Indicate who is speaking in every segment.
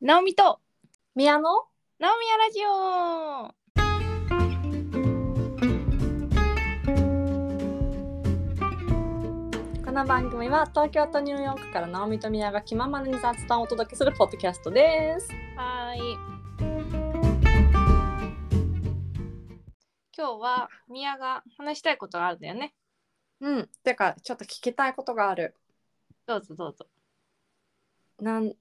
Speaker 1: ナオミと
Speaker 2: 宮野
Speaker 1: ナオミヤラジオ
Speaker 2: この番組は東京とニューヨークからナオミと宮が気ままに雑談をお届けするポッドキャストです。
Speaker 1: はい今日は宮が話したいことがあるんだよね
Speaker 2: うん。てかちょっと聞きたいことがある。
Speaker 1: どうぞどうぞ
Speaker 2: なん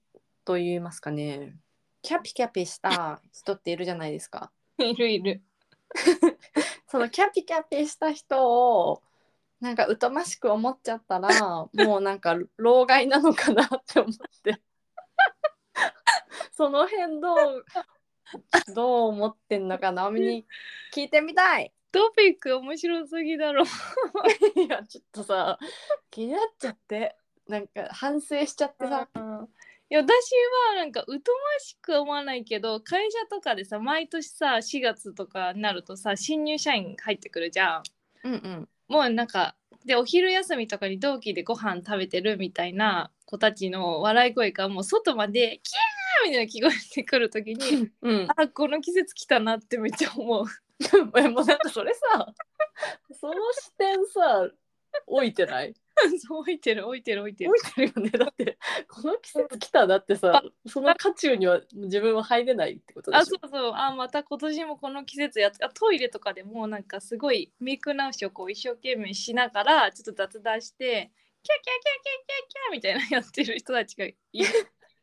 Speaker 2: と言いますかね。キャピキャピした人っているじゃないです か。
Speaker 1: いるいる
Speaker 2: そのキャピキャピした人をなんか疎ましく思っちゃったらもうなんか老害なのかなって思って その辺どうどう思ってんのかなおみに聞いてみたい
Speaker 1: トピック面白すぎだろ
Speaker 2: いやちょっとさ気になっちゃってなんか反省しちゃってさ
Speaker 1: うんいや私はなんか疎ましく思わないけど会社とかでさ毎年さ4月とかになるとさ新入社員入ってくるじゃん
Speaker 2: うんうん
Speaker 1: もうなんかでお昼休みとかに同期でご飯食べてるみたいな子たちの笑い声がもう外まで「キャー!」みたいな聞こえてくる時に
Speaker 2: うん
Speaker 1: あこの季節来たなってめっちゃ思う。
Speaker 2: えもうなんかそれさその視点さ置いてない
Speaker 1: そう置いてる置いてる置いてる
Speaker 2: 置。いてるよねだってこの季節来ただってさその渦中には自分は入れないってことで
Speaker 1: あ
Speaker 2: し
Speaker 1: そ
Speaker 2: ょ
Speaker 1: うそうあまた今年もこの季節やっあトイレとかでもうなんかすごいメイク直しをこう一生懸命しながらちょっと雑談してキャキャキャキャキャキャみたいなのやってる人たちがいる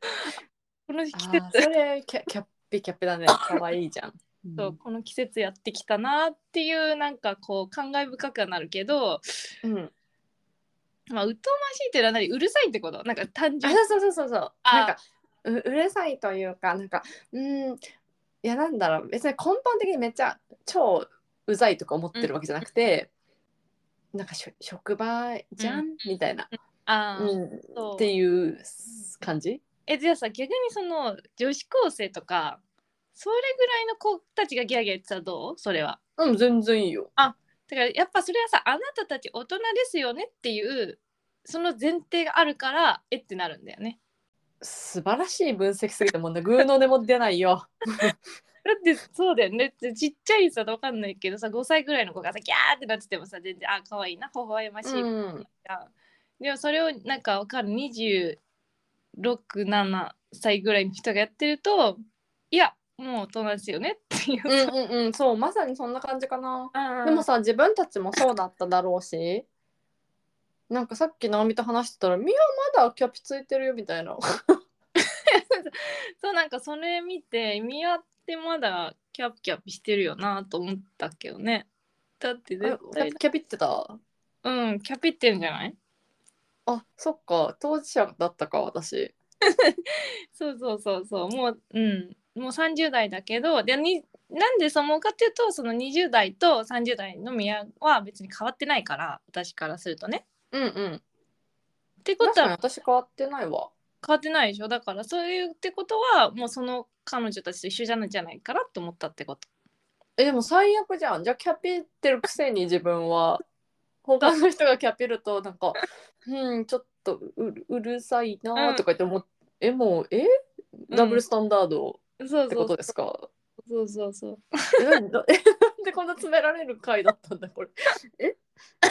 Speaker 1: この季
Speaker 2: あ
Speaker 1: 節
Speaker 2: ーそれキャキャッピキャッピだ ね可愛いじゃん、うん
Speaker 1: そうこの季節やってきたなっていうなんかこう感慨深くはなるけど、
Speaker 2: うん、
Speaker 1: まあ、疎ましいっていうのは何うるさいってことなんか単
Speaker 2: あ
Speaker 1: 純に
Speaker 2: そうそうそうそうそう
Speaker 1: あー
Speaker 2: なんかううるさいというかなんかうんいやなんだろう別に根本的にめっちゃ超うざいとか思ってるわけじゃなくて、なんかしょ職場じゃん、
Speaker 1: う
Speaker 2: みたいな、
Speaker 1: あー、
Speaker 2: うん、
Speaker 1: そう
Speaker 2: っていう感じ
Speaker 1: えじゃあさ逆にその女子高生とかそれぐらいの子たちがギャーギャー言ってたらどうそれは。
Speaker 2: うん全然いいよ
Speaker 1: だからやっぱそれはさあなたたち大人ですよねっていうその前提があるからえってなるんだよね。
Speaker 2: 素晴らしい分析すぎてもうね偶の音も出ないよ。
Speaker 1: だってそうだよねってちっちゃいさわかんないけどさ5歳ぐらいの子がさギャーってなっててもさ全然あ可愛いな微笑ましいみたいな
Speaker 2: うん
Speaker 1: でもそれをなんかわかる267歳ぐらいの人がやってるといやもう大人ですよねっていう、
Speaker 2: うんうんうんそうまさにそんな感じかな。
Speaker 1: あー
Speaker 2: でもさ自分たちもそうだっただろうしなんかさっき直美と話してたら「みやまだキャピついてるよ」みたいな。
Speaker 1: そうなんかそれ見て見合ってまだキャピキャピしてるよなと思ったけどねだって
Speaker 2: え
Speaker 1: 絶対
Speaker 2: キャピってた
Speaker 1: うんキャピってるんじゃない
Speaker 2: あそっか当事者だったか私。
Speaker 1: そうそうそうそうもううんもう30代だけどでになんでそう思うかっていうとその20代と30代の宮は別に変わってないから私からするとね。
Speaker 2: うんうん。
Speaker 1: ってこ
Speaker 2: 確
Speaker 1: と
Speaker 2: かに
Speaker 1: は
Speaker 2: 私変わってないわ。
Speaker 1: 変わってないでしょだからそういうってことはもうその彼女たちと一緒じゃないんじゃないかなと思ったってこと
Speaker 2: えでも最悪じゃん。じゃあキャピってるくせに自分は他の人がキャピるとなんか「うんちょっとうるうるさいな」とか言ってもう、えもうえ
Speaker 1: うん
Speaker 2: ダブルスタンダード
Speaker 1: そう
Speaker 2: って
Speaker 1: そ
Speaker 2: こ
Speaker 1: う
Speaker 2: とですか、
Speaker 1: そうそうそう
Speaker 2: え なんだえなんでこんな詰められる回だったんだこれえ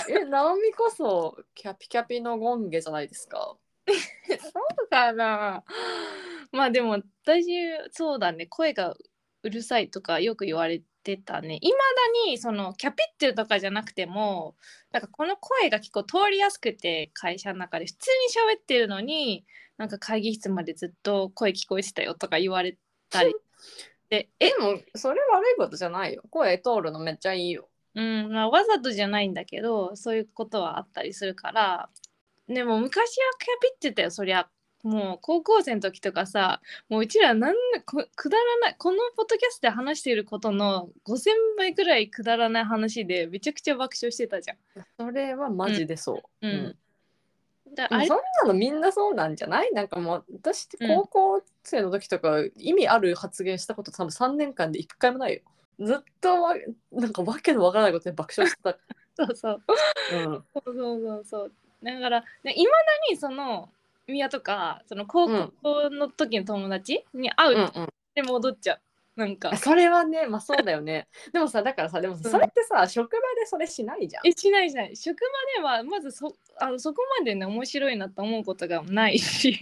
Speaker 2: えナオミこそキャピキャピのゴンゲじゃないですか
Speaker 1: そうかなまあでも私そうだね声がうるさいとかよく言われてたねいまだにそのキャピってるとかじゃなくてもなんかこの声が結構通りやすくて会社の中で普通に喋ってるのになんか会議室までずっと声聞こえてたよとか言われた りでえ
Speaker 2: でもそれ悪いことじゃないよ声通るのめっちゃいいよ
Speaker 1: うんまあ、わざとじゃないんだけどそういうことはあったりするからでも昔はキャピってたよそりゃもう高校生の時とかさもううちらなんなこくだらないこのポッドキャストで話していることの5,000倍くらいくだらない話でめちゃくちゃ爆笑してたじゃん。
Speaker 2: それはマジでそ
Speaker 1: う
Speaker 2: う、
Speaker 1: んだ
Speaker 2: でも
Speaker 1: あれ
Speaker 2: そんなのみんなそうなんじゃないなんかもう私って高校生の時とか意味ある発言したこと多分3年間で1回もないよずっとわなんかわけのわからないことで爆笑してた、
Speaker 1: そうそう
Speaker 2: うん、
Speaker 1: そうそうそうそうだからいまだにその宮とかその高
Speaker 2: うん
Speaker 1: 校の時の友達に会
Speaker 2: うんう
Speaker 1: うっ
Speaker 2: ん
Speaker 1: て戻っちゃう、なんか
Speaker 2: あそれはねまあそうだよねでもさだからさでも
Speaker 1: う
Speaker 2: さ
Speaker 1: ん
Speaker 2: それってさ職場でそれしないじゃん
Speaker 1: えしないしない職場ではまずそあのそこまでね面白いなと思うことがないし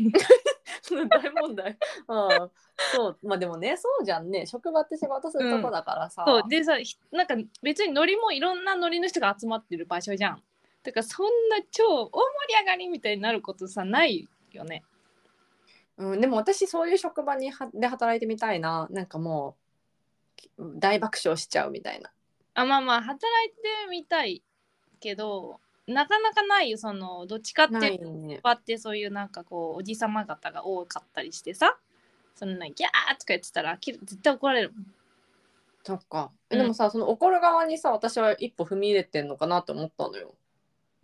Speaker 2: 大問題うんそうまあでもねそうじゃんね職場って仕事するとこだからさ、
Speaker 1: そう でさひなんか別にノリもいろんなノリの人が集まってる場所じゃんだからそんな超大盛り上がりみたいになることさないよね
Speaker 2: うん、でも私そういう職場にはで働いてみたいななんかもうき大爆笑しちゃうみたいな
Speaker 1: あまあまあ働いてみたいけどなかなかないよそのどっちかって
Speaker 2: な
Speaker 1: い
Speaker 2: い
Speaker 1: うと
Speaker 2: ね
Speaker 1: 職場ってそういうなんかこうおじさま方が多かったりしてさそのなんかギャーとか言ってたらき絶対怒られるもん
Speaker 2: そっか
Speaker 1: うん
Speaker 2: でもさ、その怒る側にさ私は一歩踏み入れてんのかなと思ったのよ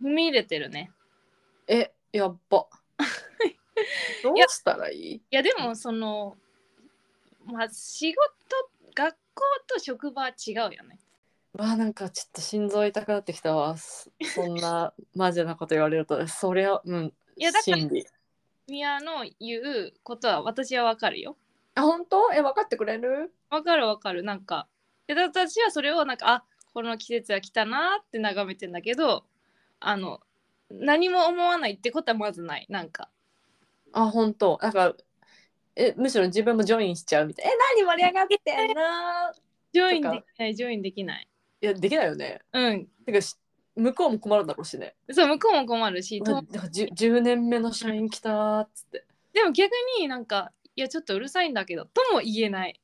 Speaker 1: 踏み入れてるね
Speaker 2: えやっ ばどうしたらいい
Speaker 1: いやでもそのまあ仕事学校と職場は違うよね
Speaker 2: わあなんかちょっと心臓痛くなってきたわそそんなマジなこと言われるとそりゃうん
Speaker 1: いやだから
Speaker 2: 真理
Speaker 1: 宮の言うことは私はわかるよ
Speaker 2: あ本当え分かってくれる
Speaker 1: わかるわかるなんかいやだ私はそれをなんかあこの季節が来たなって眺めてんだけどあの何も思わないってことはまずないなんか
Speaker 2: あ本当なんかえむしろ自分もジョインしちゃうみたいなえ何盛り上がってんの
Speaker 1: ジョインできないジョインできない
Speaker 2: いやできないよね
Speaker 1: うん
Speaker 2: てかし向こうも困るだろうしね
Speaker 1: そう向こうも困るし
Speaker 2: だ
Speaker 1: と
Speaker 2: からじゅ 10, 年目の社員来たーっつって
Speaker 1: でも逆になんかいやちょっとうるさいんだけどとも言えない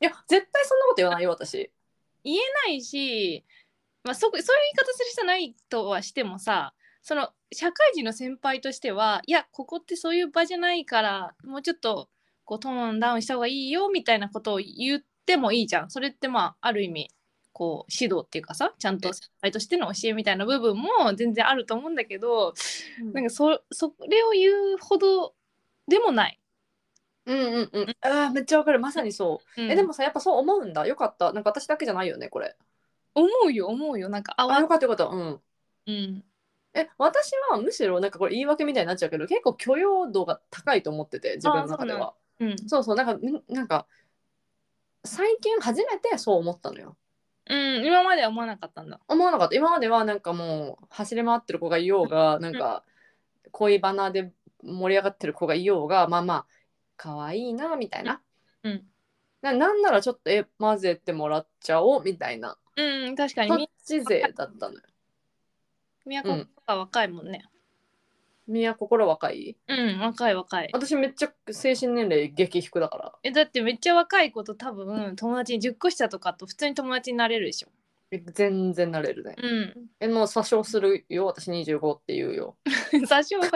Speaker 2: いや絶対そんなこと言わないよ私
Speaker 1: ないし、まあ、そこそういう言い方する人ないとはしてもさその社会人の先輩としてはいやここってそういう場じゃないからもうちょっとこうトーンダウンした方がいいよみたいなことを言ってもいいじゃんそれってまあある意味こう指導っていうかさちゃんと先輩としての教えみたいな部分も全然あると思うんだけどなんかそそれを言うほどでもない。
Speaker 2: うんうんうんあーめっちゃわかるまさにそうう、
Speaker 1: ん
Speaker 2: えでもさやっぱそう思うんだよかったなんか私だけじゃないよねこれ
Speaker 1: 思うよ思うよなんかあ
Speaker 2: あよ
Speaker 1: わ
Speaker 2: かったよかったうん
Speaker 1: うん
Speaker 2: え私はむしろなんかこれ言い訳みたいになっちゃうけど結構許容度が高いと思ってて自分の中では
Speaker 1: うん
Speaker 2: そうそうなんかんなんか最近初めてそう思ったのよ
Speaker 1: うん今までは思わなかったんだ。
Speaker 2: 思わなかった今まではなんかもう走り回ってる子がいようがなんか恋バナで盛り上がってる子がいようがまあまあ可愛いなみたいな、
Speaker 1: うん
Speaker 2: ななんならちょっとえ混ぜてもらっちゃおうみたいな
Speaker 1: うん確かに
Speaker 2: そっち勢だったのよ
Speaker 1: 宮古が若いもんね。
Speaker 2: みや心若い
Speaker 1: うん、若い若い。
Speaker 2: 私めっちゃ精神年齢激低だから
Speaker 1: え、だってめっちゃ若い子と多分友達に10個下とかと普通に友達になれるでしょ。
Speaker 2: え全然なれるね
Speaker 1: う
Speaker 2: えもう詐称するよ私25って言うよ
Speaker 1: ん。最初は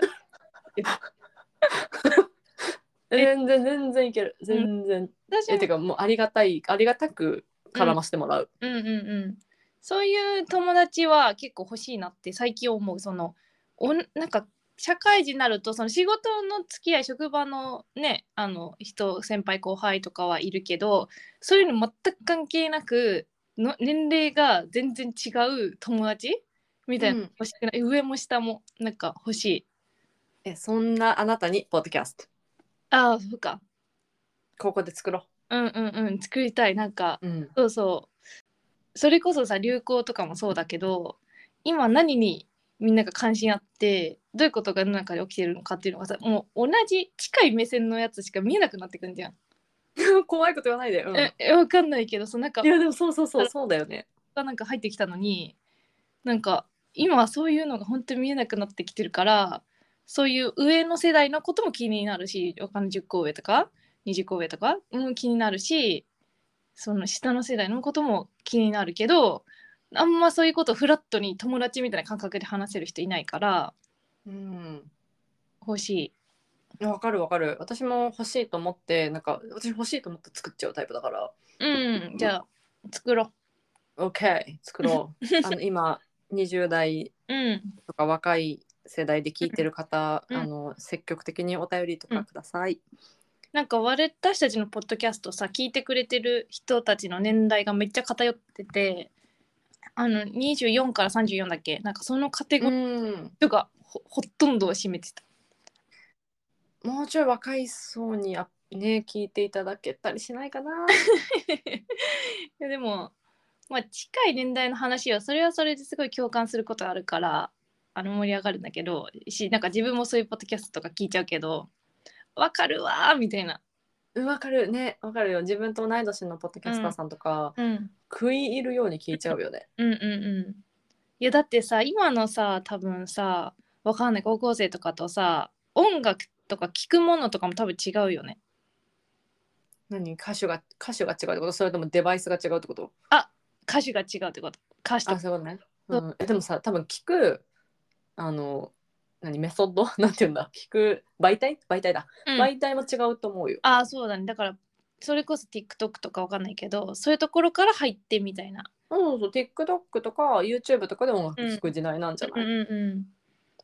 Speaker 2: え全然全然いける全然、
Speaker 1: 私
Speaker 2: えて
Speaker 1: は
Speaker 2: かもうありがたいありがたく絡ませてもらう、
Speaker 1: うんうんうん。そういう友達は結構欲しいなって最近思う。そのおんなんか社会人になるとその仕事の付き合い職場のねあの人先輩後輩とかはいるけどそういうの全く関係なくの年齢が全然違う友達みたいなの欲しくない、上も下もなんか欲しい。
Speaker 2: えそんなあなたにポッドキャスト
Speaker 1: ああそうか
Speaker 2: ここで作ろ
Speaker 1: うんうんうん作りたいなんか
Speaker 2: う、うん、
Speaker 1: そうそうそれこそさ流行とかもそうだけど今何にみんなが関心あってどういうことが世の中で起きてるのかっていうのがさもう同じ近い目線のやつしか見えなくなってくんじゃん。
Speaker 2: 怖いこと言わないで、うん、い
Speaker 1: ええわかんないけどそのなんか
Speaker 2: やでもそうそうそうそうだよね
Speaker 1: がなんか入ってきたのになんか今はそういうのが本当に見えなくなってきてるからそういう上の世代のことも気になるしお金10個上とか20個上とかも気になるしその下の世代のことも気になるけどあんまそういうことをフラットに友達みたいな感覚で話せる人いないから
Speaker 2: うん
Speaker 1: 欲しい。
Speaker 2: わかるわかる私も欲しいと思ってなんか私欲しいと思って作っちゃうタイプだから
Speaker 1: うんじゃあ作ろ
Speaker 2: OK 作ろ うあの今20代
Speaker 1: う。うん
Speaker 2: とか若い世代で聞いてる方、
Speaker 1: うん
Speaker 2: あの積極的にお便りとかください、
Speaker 1: なんか私たちのポッドキャストさ聞いてくれてる人たちの年代がめっちゃ偏っててあの24から34だっけなんかそのカテゴ
Speaker 2: う
Speaker 1: リー
Speaker 2: ん
Speaker 1: の人がほ,、ほとんどを占めてた。
Speaker 2: もうちょい若い層にあね聞いていただけたりしないかな
Speaker 1: いやでも、まあ、近い年代の話はそれはそれですごい共感することあるからあの盛り上がるんだけどしなんか自分もそういうポッドキャストとか聞いちゃうけどわかるわーみたいな。
Speaker 2: うんわかるねわかるよ自分と同い年のポッドキャスターさんとか、
Speaker 1: うん、
Speaker 2: 食い入るように聞いちゃうよね
Speaker 1: うんうんうんいやだってさ今のさ多分さわかんない高校生とかとさ音楽とか聞くものとかも多分違うよね。
Speaker 2: 何歌手が歌手が違うってことそれともデバイスが違うってこと
Speaker 1: 歌手が違うってこと歌手と
Speaker 2: あそういうことね、うん、えでもさ多分聞くあの何メソッド なんて言うんだ聞く媒体媒体だ、
Speaker 1: うん
Speaker 2: 媒体も違うと思うよ
Speaker 1: ああそうだねだからそれこそ TikTok とかわかんないけどそういうところから入ってみたいな。
Speaker 2: そうそう TikTok とか YouTube とかで音楽聞く時代なんじゃない、
Speaker 1: うんうん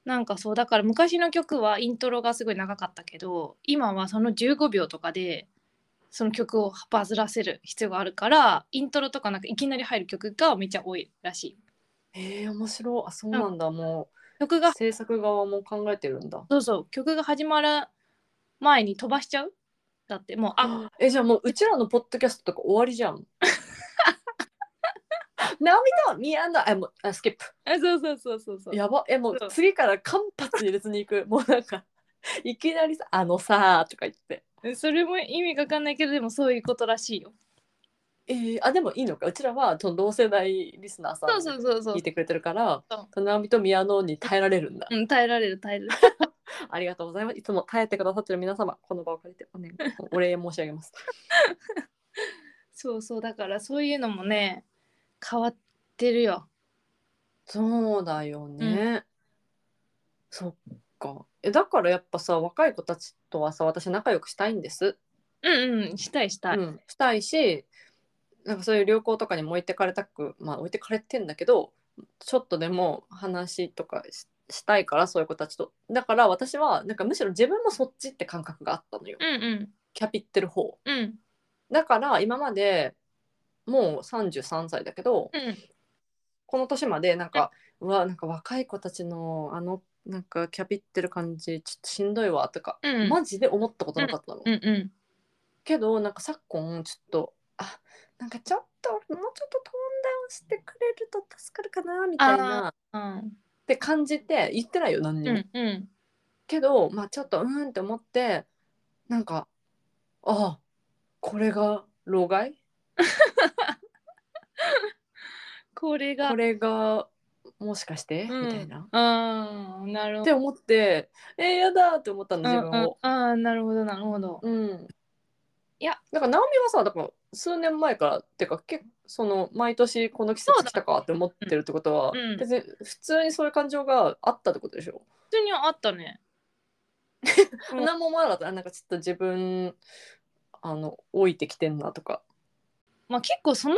Speaker 1: なんかそうだから昔の曲はイントロがすごい長かったけど今はその15秒とかでその曲をバズらせる必要があるからイントロとかなんかいきなり入る曲がめっちゃ多いらしい。
Speaker 2: えー、面白いあそうなんだ、も
Speaker 1: 曲
Speaker 2: う
Speaker 1: が
Speaker 2: 制作側も考えてるんだ
Speaker 1: そうそう曲が始まる前に飛ばしちゃうだってもうあ
Speaker 2: あえじゃあもううちらのポッドキャストとか終わりじゃんナオミとミアンドあもうあスキップ
Speaker 1: あそうそうそうそうそう
Speaker 2: やばえもう
Speaker 1: そう
Speaker 2: 次から間髪入れずに行くもうなんか いきなりさ「あのさ」とか言って
Speaker 1: それも意味がわかんないけどでもそういうことらしいよ。
Speaker 2: えー、あでもいいのかうちらはと同世代リスナーさ
Speaker 1: そうそ
Speaker 2: ん
Speaker 1: うそうそう
Speaker 2: 聞いてくれてるから
Speaker 1: そう
Speaker 2: ナオミとミアノに耐えられるんだ
Speaker 1: うん、耐えられる耐え られる。
Speaker 2: ありがとうございますいつも耐えてくださってる皆様この場を借りてお,、ね、お礼申し上げます
Speaker 1: そうそうだからそういうのもね変わってるよ。
Speaker 2: そうだよね、
Speaker 1: う
Speaker 2: そっかえだからやっぱさ若い子たちとはさ私仲良くしたいんです、
Speaker 1: うんうんしたいしたい。
Speaker 2: うん、したいしなんかそういう旅行とかにも置いてかれたくまあ置いてかれてんだけどちょっとでも話とかししたいからそういう子たちとだから私はなんかむしろ自分もそっちって感覚があったのよ
Speaker 1: うんうん
Speaker 2: キャピってる方
Speaker 1: うん
Speaker 2: だから今までもう33歳だけど、
Speaker 1: うん
Speaker 2: この年までなんか、うわなんか若い子たちのあのなんかキャピってる感じちょっとしんどいわとか、
Speaker 1: うん
Speaker 2: マジで思ったことなかったの、
Speaker 1: うんうん
Speaker 2: けどなんか昨今ちょっとあなんかちょっともうちょっとトーンダウンしてくれると助かるかなみたいなっ
Speaker 1: うん
Speaker 2: て感じて言ってないよ何に
Speaker 1: う
Speaker 2: も、
Speaker 1: んうん
Speaker 2: けどまあちょっとうーんって思ってなんかあこれが老害
Speaker 1: これが
Speaker 2: これがもしかして、
Speaker 1: うん
Speaker 2: みたいな
Speaker 1: あーなる
Speaker 2: っ
Speaker 1: ほ
Speaker 2: て
Speaker 1: ど。
Speaker 2: 思ってえー、やだって思ったの自分を。
Speaker 1: うんうんあーなるほどなるほど。
Speaker 2: うん。
Speaker 1: いや、
Speaker 2: だから、ナオミはさ、だから、数年前から、ってか、結構、その、毎年この季節来たかって思ってるってことは、
Speaker 1: うんうん
Speaker 2: 別に、普通にそういう感情があったってことでしょ。
Speaker 1: 普通にあったね。うん
Speaker 2: 何も思わなかった。あなんか、ちょっと自分、あの、老いてきてんなとか。
Speaker 1: まあ、結構その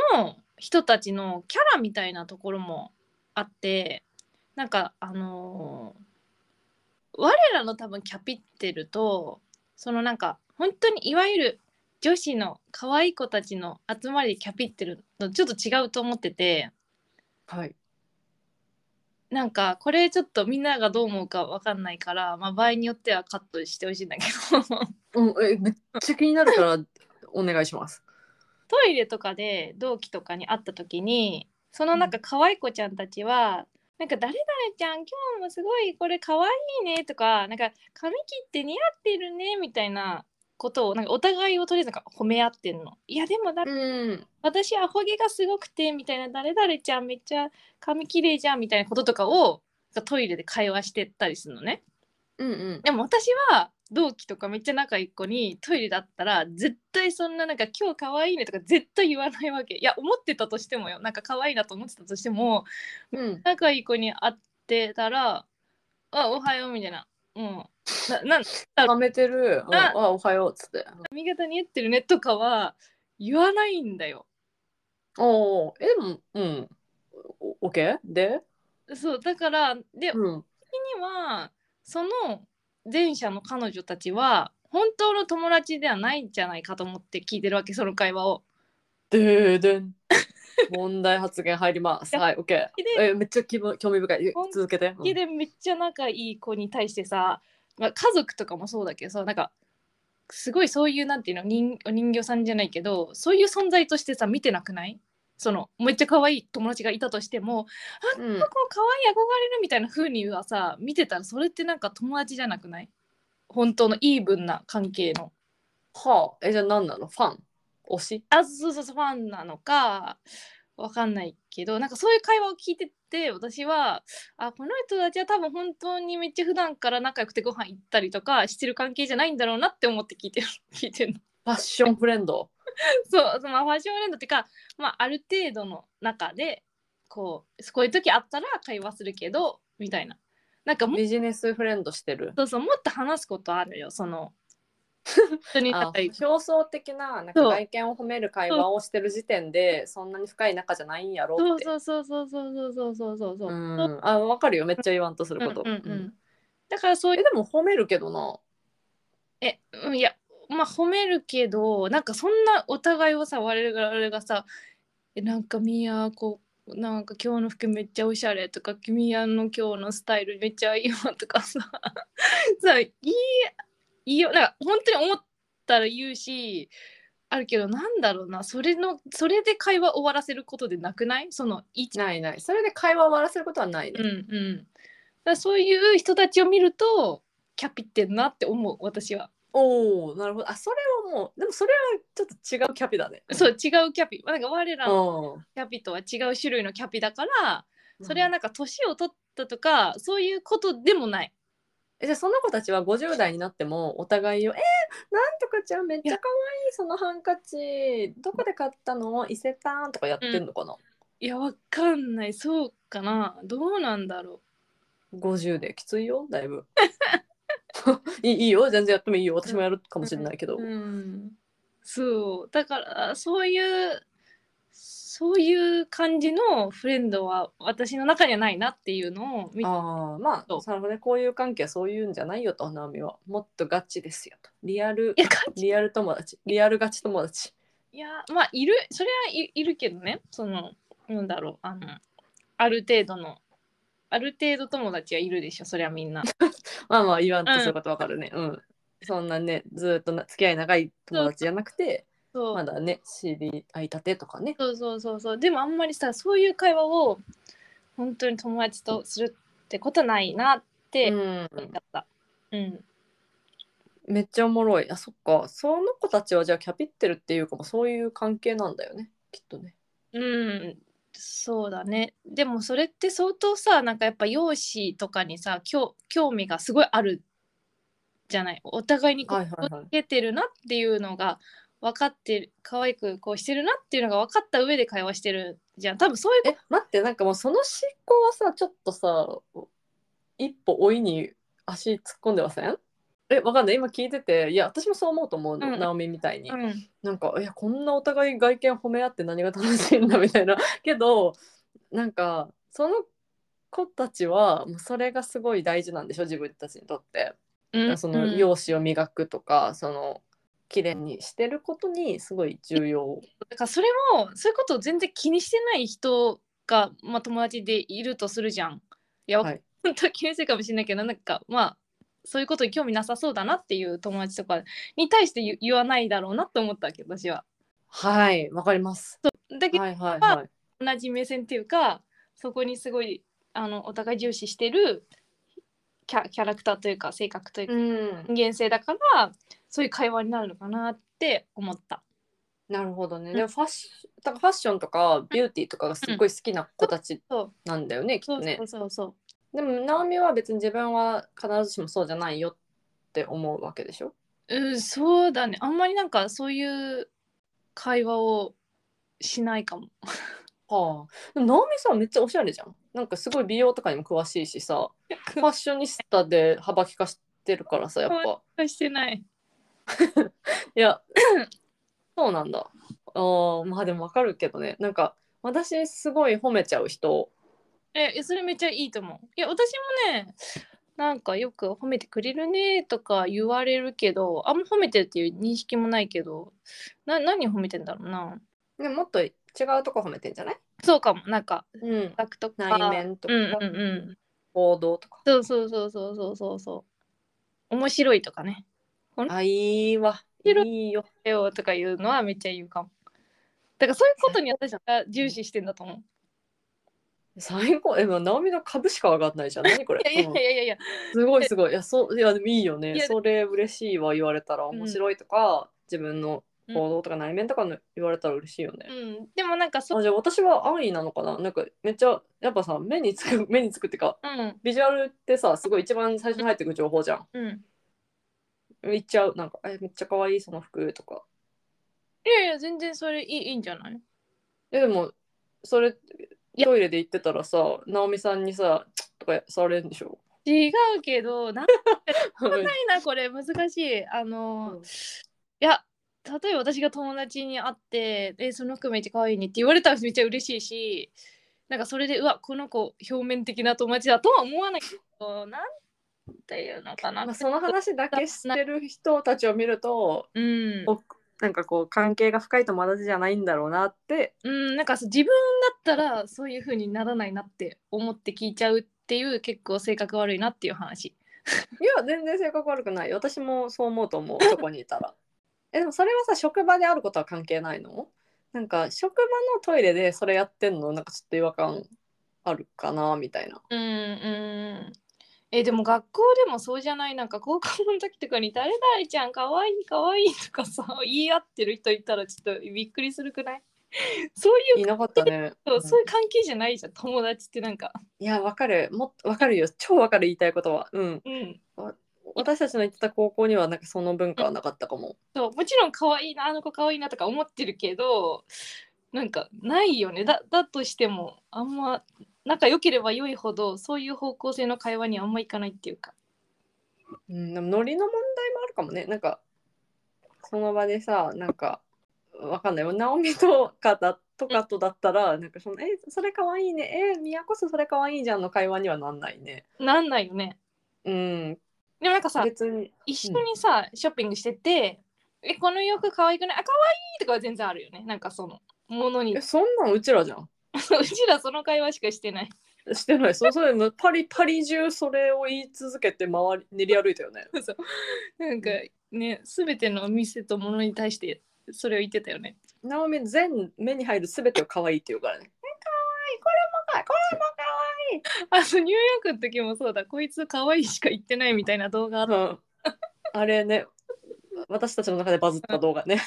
Speaker 1: 人たちのキャラみたいなところもあってなんかあのー我らの多分キャピってるとそのなんか本当にいわゆる女子の可愛い子たちの集まりでキャピってるのちょっと違うと思ってて
Speaker 2: はい。
Speaker 1: なんかこれちょっとみんながどう思うかわかんないから、まあ、場合によってはカットしてほしいんだけど
Speaker 2: うん、え、めっちゃ気になるから、お願いします。
Speaker 1: トイレとかで同期とかに会った時にそのなんか可愛い子ちゃんたちは「なんか誰々ちゃん今日もすごいこれ可愛いね」とか「なんか髪切って似合ってるね」みたいなことをなんかお互いをとりあえずなんか褒め合ってんの。いやでもだ
Speaker 2: うん。
Speaker 1: 私アホ毛がすごくてみたいな誰々ちゃんめっちゃ髪綺麗じゃんみたいなこととかをなんかトイレで会話してったりするのね。
Speaker 2: うんうん。
Speaker 1: でも私は同期とかめっちゃ仲いい子にトイレだったら絶対そんななんか「今日可愛いね」とか絶対言わないわけいや思ってたとしてもよなんか可愛いなと思ってたとしても
Speaker 2: うん。
Speaker 1: 仲いい子に会ってたら「あおはよう」みたいな「うんななん
Speaker 2: はめてる。うん、
Speaker 1: あ
Speaker 2: あ、おはようっつって。
Speaker 1: 髪型似合ってるね」とかは言わないんだよ。
Speaker 2: おお、え、でも、うん。おオッケーで。
Speaker 1: そうだからで
Speaker 2: うん。
Speaker 1: にはその前者の彼女たちは本当の友達ではないんじゃないかと思って聞いてるわけその会話を。
Speaker 2: でーでん。 問題発言入ります。はい、オッケー。
Speaker 1: で
Speaker 2: え、めっちゃきも興味深い。え
Speaker 1: 本
Speaker 2: 続けて。うん
Speaker 1: でめっちゃ仲いい子に対してさまあ、家族とかもそうだけどさなんかすごいそういうなんていうの人お人形さんじゃないけどそういう存在としてさ見てなくないそのめっちゃ可愛い友達がいたとしても
Speaker 2: うん
Speaker 1: この、子可愛い憧れるみたいな風にはさ見てたらそれってなんか友達じゃなくない本当のイーブンな関係の
Speaker 2: はあえじゃあ何なのファン推し
Speaker 1: あそうそうそうファンなのかわかんないけどなんかそういう会話を聞いてて私はあこの人たちは多分本当にめっちゃ普段から仲良くてご飯行ったりとかしてる関係じゃないんだろうなって思って聞いてる 聞いてるの。
Speaker 2: ファッションフレンド
Speaker 1: そうそのファッションフレンドっていうか、まあ、ある程度の中でこうこういう時あったら会話するけどみたいな。なんかも
Speaker 2: ビジネスフレンドしてる
Speaker 1: そうそうもっと話すことあるよそ の本当に
Speaker 2: あ
Speaker 1: 仲良い
Speaker 2: 表層的ななんか
Speaker 1: そう
Speaker 2: 外見を褒める会話をしてる時点でそんなに深い仲じゃないんやろ
Speaker 1: そうう
Speaker 2: って
Speaker 1: そうそうそうそうそうそうそうそうう。
Speaker 2: んあわかるよめっちゃ言わんとすること、
Speaker 1: うんうんう
Speaker 2: うん
Speaker 1: ん、だからそう
Speaker 2: え
Speaker 1: いう
Speaker 2: でも褒めるけどな
Speaker 1: えうんいやまあ褒めるけどなんかそんなお互いをさ我々がさ「えなんかみやこうなんか今日の服めっちゃおしゃれ」とか「君やの今日のスタイルめっちゃいいわ」とかさ さいいいいよなんか本当に思ったら言うしあるけどなんだろうなそれのそれで会話終わらせることでなくないその一
Speaker 2: ないないそれで会話を終わらせることはないね、
Speaker 1: うんうんだからそういう人たちを見るとキャピってんなって思う私は。
Speaker 2: おおなるほどあそれはもうでもそれはちょっと違うキャピだね
Speaker 1: そう違うキャピなんか我らの
Speaker 2: うん
Speaker 1: キャピとは違う種類のキャピだから
Speaker 2: うん
Speaker 1: それはなんか年を取ったとかそういうことでもない
Speaker 2: えじゃあその子たちは50代になってもお互いを「えー、なんとかちゃんめっちゃ可愛いそのハンカチどこで買ったの伊勢丹」とかやってんのかな、
Speaker 1: いやわかんないそうかなどうなんだろ
Speaker 2: 50できついよだ いぶいいいいよ全然やってもいいよ私もやるかもしれないけど、
Speaker 1: ううんそうだからそういうそういう感じのフレンドは私の中にはないなっていうのを見
Speaker 2: ああま
Speaker 1: そ
Speaker 2: あ
Speaker 1: う
Speaker 2: それこういう関係はそういうんじゃないよと花見はもっとガチですよとリアル
Speaker 1: いや感じ
Speaker 2: リアル友達リアルガチ友達
Speaker 1: いやまあいるそれはい、いるけどねそのなんだろうあのある程度のある程度友達はいるでしょそりゃみん な。
Speaker 2: まあまあ言わんとすることわかるねうん、そんなねずーっとな付き合い長い友達じゃなくて
Speaker 1: そう
Speaker 2: まだね知り合いたてとかね
Speaker 1: そうそうそうそうでもあんまりさそういう会話を本当に友達とするってことはないなって
Speaker 2: う
Speaker 1: 思
Speaker 2: ん
Speaker 1: った。うん、
Speaker 2: めっちゃおもろいあそっかその子たちはじゃあキャピってるっていうかもうそういう関係なんだよねきっとね
Speaker 1: うん、そうだねでもそれって相当さなんかやっぱ容姿とかにさ興興味がすごいあるじゃないお互いにこ
Speaker 2: は
Speaker 1: う
Speaker 2: いはいはい
Speaker 1: つけてるなっていうのが分かってる可愛くこうしてるなっていうのが分かった上で会話してるじゃん多分そういう
Speaker 2: え待ってなんかもうその執行はさちょっとさ一歩追いに足突っ込んでませんえわかんない今聞いてていや私もそう思うと思うの、
Speaker 1: うん
Speaker 2: 直美みたいに、
Speaker 1: うん、
Speaker 2: なんかいやこんなお互い外見褒め合って何が楽しいんだみたいな けどなんかその子たちはもうそれがすごい大事なんでしょ自分たちにとって、
Speaker 1: うん
Speaker 2: その容姿を磨くとかその綺麗にしてることにすごい重要
Speaker 1: だからそれもそういうことを全然気にしてない人が、まあ、友達でいるとするじゃん。いや、
Speaker 2: はい
Speaker 1: 本当は気にするかもしれないけどなんかまあそういうことに興味なさそうだなっていう友達とかに対して言言わないだろうなと思ったわけ私は。
Speaker 2: はいわかります
Speaker 1: だけど
Speaker 2: はいはいはい
Speaker 1: 同じ目線っていうかそこにすごいあのお互い重視してるキャキャラクターというか性格というか
Speaker 2: うん
Speaker 1: 人間性だからそういう会話になるのかなって思った。
Speaker 2: なるほどね。
Speaker 1: うん
Speaker 2: でもファッション、だからファッションとかビューティーとかがすっごい好きな子たち
Speaker 1: そう
Speaker 2: なんだよね、きっ
Speaker 1: そ
Speaker 2: と
Speaker 1: う
Speaker 2: ね
Speaker 1: そう。そうそう。
Speaker 2: でも、ナオミは別に自分は必ずしもそうじゃないよって思うわけでしょ。
Speaker 1: うん、そうだね。あんまりなんかそういう会話をしないかも。
Speaker 2: はあ。でもナオミさ、めっちゃおしゃれじゃん。なんかすごい美容とかにも詳しいしさ、ファッショニスタで幅利かしてるからさ、やっぱ。
Speaker 1: してない。
Speaker 2: いや、 そうなんだ。あーまあでもわかるけどね。なんか、私すごい褒めちゃう人。
Speaker 1: え、えそれめっちゃいいと思う。いや、私もね、なんかよく褒めてくれるねとか言われるけど、あんま褒めてるっていう認識もないけど、な何褒めてんだろうな。
Speaker 2: でももっと違うとこ褒めてんじゃない
Speaker 1: そうかも、なんか、
Speaker 2: うん。
Speaker 1: 楽とか。
Speaker 2: 内面とか、
Speaker 1: うんうんうん。
Speaker 2: 行動とか。
Speaker 1: そうそうそうそうそうそうそう。面白いとかね
Speaker 2: あいいわい
Speaker 1: 白
Speaker 2: いよ
Speaker 1: えよとかいうのはめっちゃ言うかもだからそういうことに私が重視してんだと思う
Speaker 2: 最高えもう直美の株しか上がんないじゃん何これ
Speaker 1: いやいやいやいやいや
Speaker 2: うんすごいすごいいやそういやでもいいよ
Speaker 1: い
Speaker 2: ね
Speaker 1: や
Speaker 2: それ嬉しいわ言われたら面白いとか、自分の行動とか内面とかの言われたら嬉しいよね、
Speaker 1: うんでもなんかそ
Speaker 2: あ
Speaker 1: う
Speaker 2: じゃあ私は安易なのかななんかめっちゃやっぱさ目につく 目につくってか
Speaker 1: うん
Speaker 2: ビジュアルってさすごい一番最初に入ってくる情報じゃん
Speaker 1: うん
Speaker 2: 言っちゃうなんかえめっちゃ可愛いその服とか
Speaker 1: いやいや全然それいいいいんじゃない
Speaker 2: えでもそれ
Speaker 1: や
Speaker 2: トイレで行ってたらさ直美さんにさ「チッとかされるんでし ょ
Speaker 1: 違うけどなん
Speaker 2: う
Speaker 1: ないなこれ難しいあの、
Speaker 2: うん
Speaker 1: いや例えば私が友達に会って「えその服めっちゃ可愛いね」って言われたらめっちゃ嬉しいしなんかそれでうわこの子表面的な友達だとは思わないけどなんていうのかな、
Speaker 2: んまあその話だけしてる人たちを見ると
Speaker 1: うん、
Speaker 2: おなんかこう関係が深い友達じゃないんだろうなって
Speaker 1: うん、なんかそう自分だったらそういう風にならないなって思って聞いちゃうっていう結構性格悪いなっていう話
Speaker 2: いや全然性格悪くない私もそう思うと思うそこにいたら えでもそれはさ職場であることは関係ないのなんか職場のトイレでそれやってんのなんかちょっと違和感あるかなみたいな
Speaker 1: うんうんえでも学校でもそうじゃないなんか高校の時とかに「誰々ちゃんかわいいかわいい」とかさ 言い合ってる人いたらちょっとびっくりするくない そういう
Speaker 2: いなかったね
Speaker 1: そうそういう関係じゃないじゃん友達ってなんか
Speaker 2: いやわかるもっとわかるよ超わかる言いたいことはうん
Speaker 1: うん
Speaker 2: 私たちの行ってた高校にはなんかその文化はなかったかも、
Speaker 1: そうもちろん可愛いなあの子可愛いなとか思ってるけどなんかないよねだだとしてもあんま仲良ければ良いほどそういう方向性の会話にあんまいかないっていうか
Speaker 2: うん、でもノリの問題もあるかもねなんかその場でさなんかわかんない直美とかだとかとだったらなんかその「えそれかわいいねえ宮こそそれかわいいじゃん」の会話にはなんないね
Speaker 1: なんないよね
Speaker 2: うん
Speaker 1: でもなんかさ
Speaker 2: 別に
Speaker 1: 一緒にさ、ショッピングしてて「えこの洋服可愛くないあ可愛いとかは全然あるよねなんかそのものに
Speaker 2: え
Speaker 1: う
Speaker 2: そんなんうちらじゃん
Speaker 1: ちらその会話しかしてない
Speaker 2: してないそうそれのパリパリ中それを言い続けて周り練り歩いたよ ね
Speaker 1: なんかね全てのお店とものに対してそれを言ってたよね
Speaker 2: 直美全目に入る全てを可愛いって言うからねえかわいいこれもか
Speaker 1: あのニューヨークの時もそうだこいつ可愛いしか言ってないみたいな動画あっ
Speaker 2: わいいうんあれね私たちの中でバズった動画ね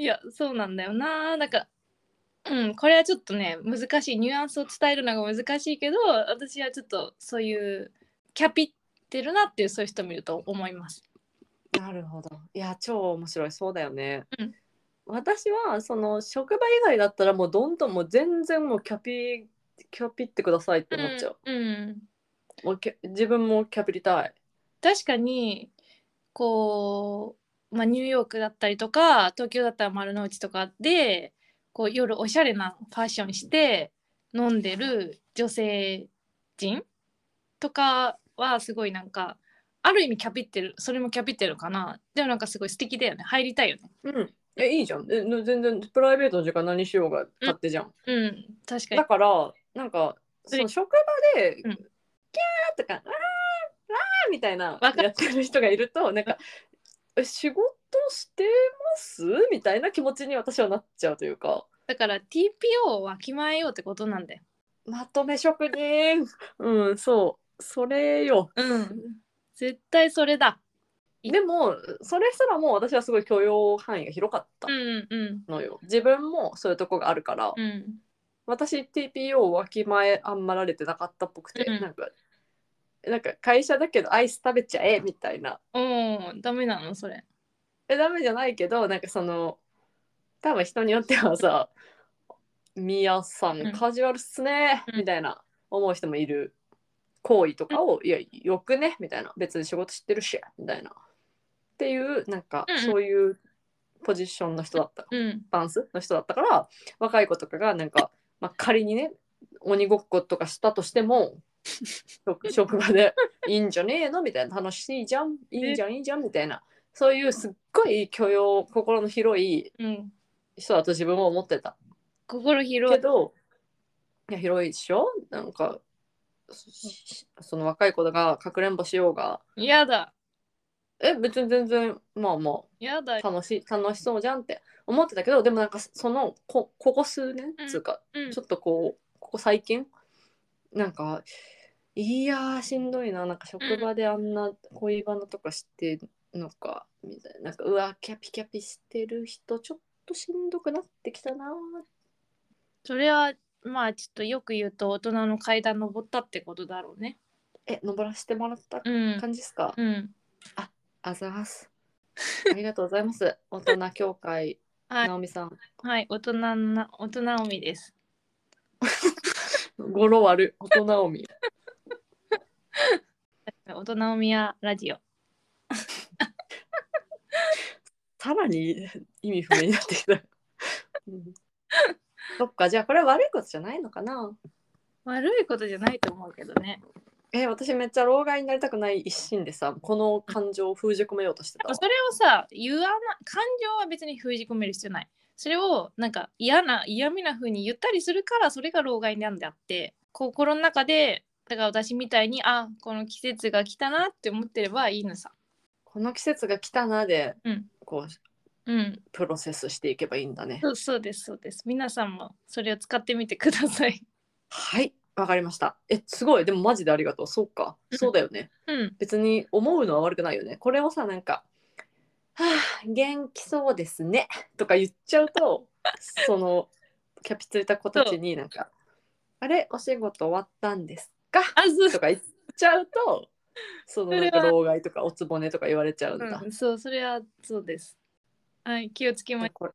Speaker 1: いやそうなんだよななんかうんこれはちょっとね難しいニュアンスを伝えるのが難しいけど私はちょっとそういうキャピってるなっていうそういう人見ると思います。
Speaker 2: なるほど。いや、超面白い。そうだよね。
Speaker 1: うん
Speaker 2: 私は、その、職場以外だったら、もうどんどんもう全然もうキャピ、キャピってくださいって思っちゃう。
Speaker 1: うんうん
Speaker 2: もうキャ自分もキャピりたい。
Speaker 1: 確かにこう、まあ、ニューヨークだったりとか東京だったら丸の内とかでこう夜おしゃれなファッションして飲んでる女性人とかはすごいなんかある意味キャピってるそれもキャピってるかなでもなんかすごい素敵だよね入りたいよね
Speaker 2: うん。え、いいじゃん。えの全然、プライベートの時間何しようが勝手じゃん。
Speaker 1: うん確かに
Speaker 2: だから、なんか、
Speaker 1: そ
Speaker 2: そ
Speaker 1: れ
Speaker 2: の職場で、
Speaker 1: うん
Speaker 2: キャーとか、わー、わーみたいな、
Speaker 1: わかる
Speaker 2: やってる人がいると、なんか、え仕事してますみたいな気持ちに私はなっちゃうというか。
Speaker 1: だから TPO をわきまえようってことなんだよ
Speaker 2: まとめ職人 うんそうそれよ
Speaker 1: うん絶対それだい
Speaker 2: でもそれすらも私はすごい許容範囲が広かった
Speaker 1: うんうん
Speaker 2: のよ、自分もそういうとこがあるから、
Speaker 1: うん
Speaker 2: 私 TPO をわきまえあんまられてなかったっぽくて、
Speaker 1: うん
Speaker 2: なんかなんか会社だけどアイス食べちゃえみたいな
Speaker 1: おーダメなのそれ
Speaker 2: えダメじゃないけどなんかその多分人によってはさ「みやさ
Speaker 1: うん
Speaker 2: んカジュアルっすね」
Speaker 1: うん
Speaker 2: みたいな思う人もいる行為とかを「いやよくね」みたいな別に仕事知ってるしみたいなっていうなんか
Speaker 1: うんうん
Speaker 2: そういうポジションの人だった
Speaker 1: うん
Speaker 2: バンスの人だったから若い子とかがなん か、まあ、仮にね鬼ごっことかしたとしても 職職場でいいんじゃねえのみたいな楽しいじゃんいいじゃんいいじゃんみたいなそういうすっごい許容心の広い
Speaker 1: うん
Speaker 2: 人だと自分は思ってた
Speaker 1: 心広
Speaker 2: け
Speaker 1: い。
Speaker 2: どいや広いでしょなんかそその若い子がかくれんぼしようが
Speaker 1: やだ
Speaker 2: え別に全然まあまあ
Speaker 1: やだ
Speaker 2: 楽しい楽しそうじゃんって思ってたけどでもなんかそのこここ数年
Speaker 1: うん
Speaker 2: つうか、
Speaker 1: うん
Speaker 2: ちょっとこうここ最近なんかいやーしんどいななんか職場であんな恋バナとかしてんのかみたいななんかうわキャピキャピしてる人ちょっとしんどくなってきたなー
Speaker 1: それはまあちょっとよく言うと大人の階段登ったってことだろうね
Speaker 2: え登らせてもらった
Speaker 1: うん
Speaker 2: 感じで すか、
Speaker 1: うん
Speaker 2: あざますありがとうございます大人協会
Speaker 1: はい
Speaker 2: 直美さん
Speaker 1: はい大人な大人おみです
Speaker 2: 語呂悪い大人おみ
Speaker 1: 大人おみやラジオ
Speaker 2: さらに意味不明になってきた。うんそっかじゃあこれ悪いことじゃないのかな
Speaker 1: 悪いことじゃないと思うけどね
Speaker 2: え私めっちゃ老害になりたくない一心でさこの感情を封じ込めようとしてたわ
Speaker 1: それをさ言わな感情は別に封じ込める必要ないそれをなんか嫌な嫌味な風に言ったりするからそれが老害なんであって心の中でだから私みたいにあこの季節が来たなって思ってればいいのさ
Speaker 2: この季節が来たなで、
Speaker 1: うん
Speaker 2: こう
Speaker 1: うん
Speaker 2: プロセスしていけばいいんだね
Speaker 1: そうそうですそうです皆さんもそれを使ってみてください
Speaker 2: はいわかりましたえすごいでもマジでありがとうそうかそうだよね
Speaker 1: うん
Speaker 2: 別に思うのは悪くないよねこれをさなんか「はあ元気そうですね」とか言っちゃうと そのキャピついた子たちになんか「あれお仕事終わったんですか?
Speaker 1: あ」そう
Speaker 2: とか言っちゃ うとそのなんか
Speaker 1: それは
Speaker 2: 老害とかおつぼねとか言われちゃうんだ、
Speaker 1: うん、そうそれはそうですはい気をつけま
Speaker 2: これ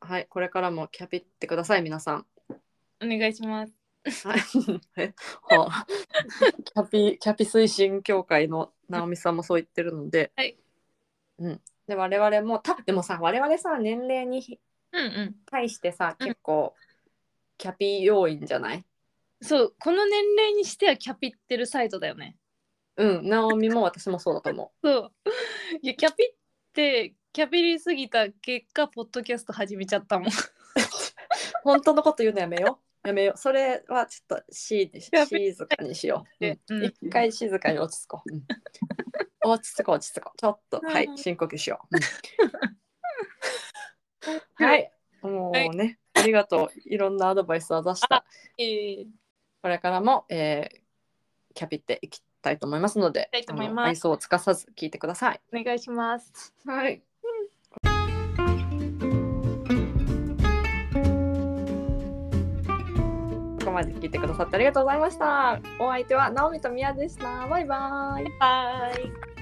Speaker 2: はいこれからもキャピってください皆さん
Speaker 1: お願いします
Speaker 2: はい えはあ キャピキャピ推進協会の直美さんもそう言ってるので、
Speaker 1: はい
Speaker 2: うん、で我々もたでもさ我々さ年齢に
Speaker 1: うんうん
Speaker 2: 対してさ
Speaker 1: うん
Speaker 2: 結構、キャピ要因じゃない
Speaker 1: そうこの年齢にしてはキャピってるサイトだよね
Speaker 2: うん直美も私もそうだと思
Speaker 1: そう。いや、キャピって、キャピりすぎた結果、ポッドキャスト始めちゃったもん。
Speaker 2: う本当のこと言うのやめようやめようそれはちょっと C にし
Speaker 1: やめ
Speaker 2: 静かにしよう、うん
Speaker 1: うん
Speaker 2: 一回静かに落ち着こう、うん落ち着こう落ち着こうちょっとはいう深呼吸しよう、うん はい。もうね、ありがとう。いろんなアドバイスを出した。
Speaker 1: えー
Speaker 2: これからも、えーキャピっていきたいと思いますので、
Speaker 1: いきたいと思います
Speaker 2: あの愛想をつかさず聞いてください。
Speaker 1: お願いします。
Speaker 2: はい。ここまで聞いてくださってありがとうございました。お相手はナオミとミヤでした。バイバイ。
Speaker 1: バイ。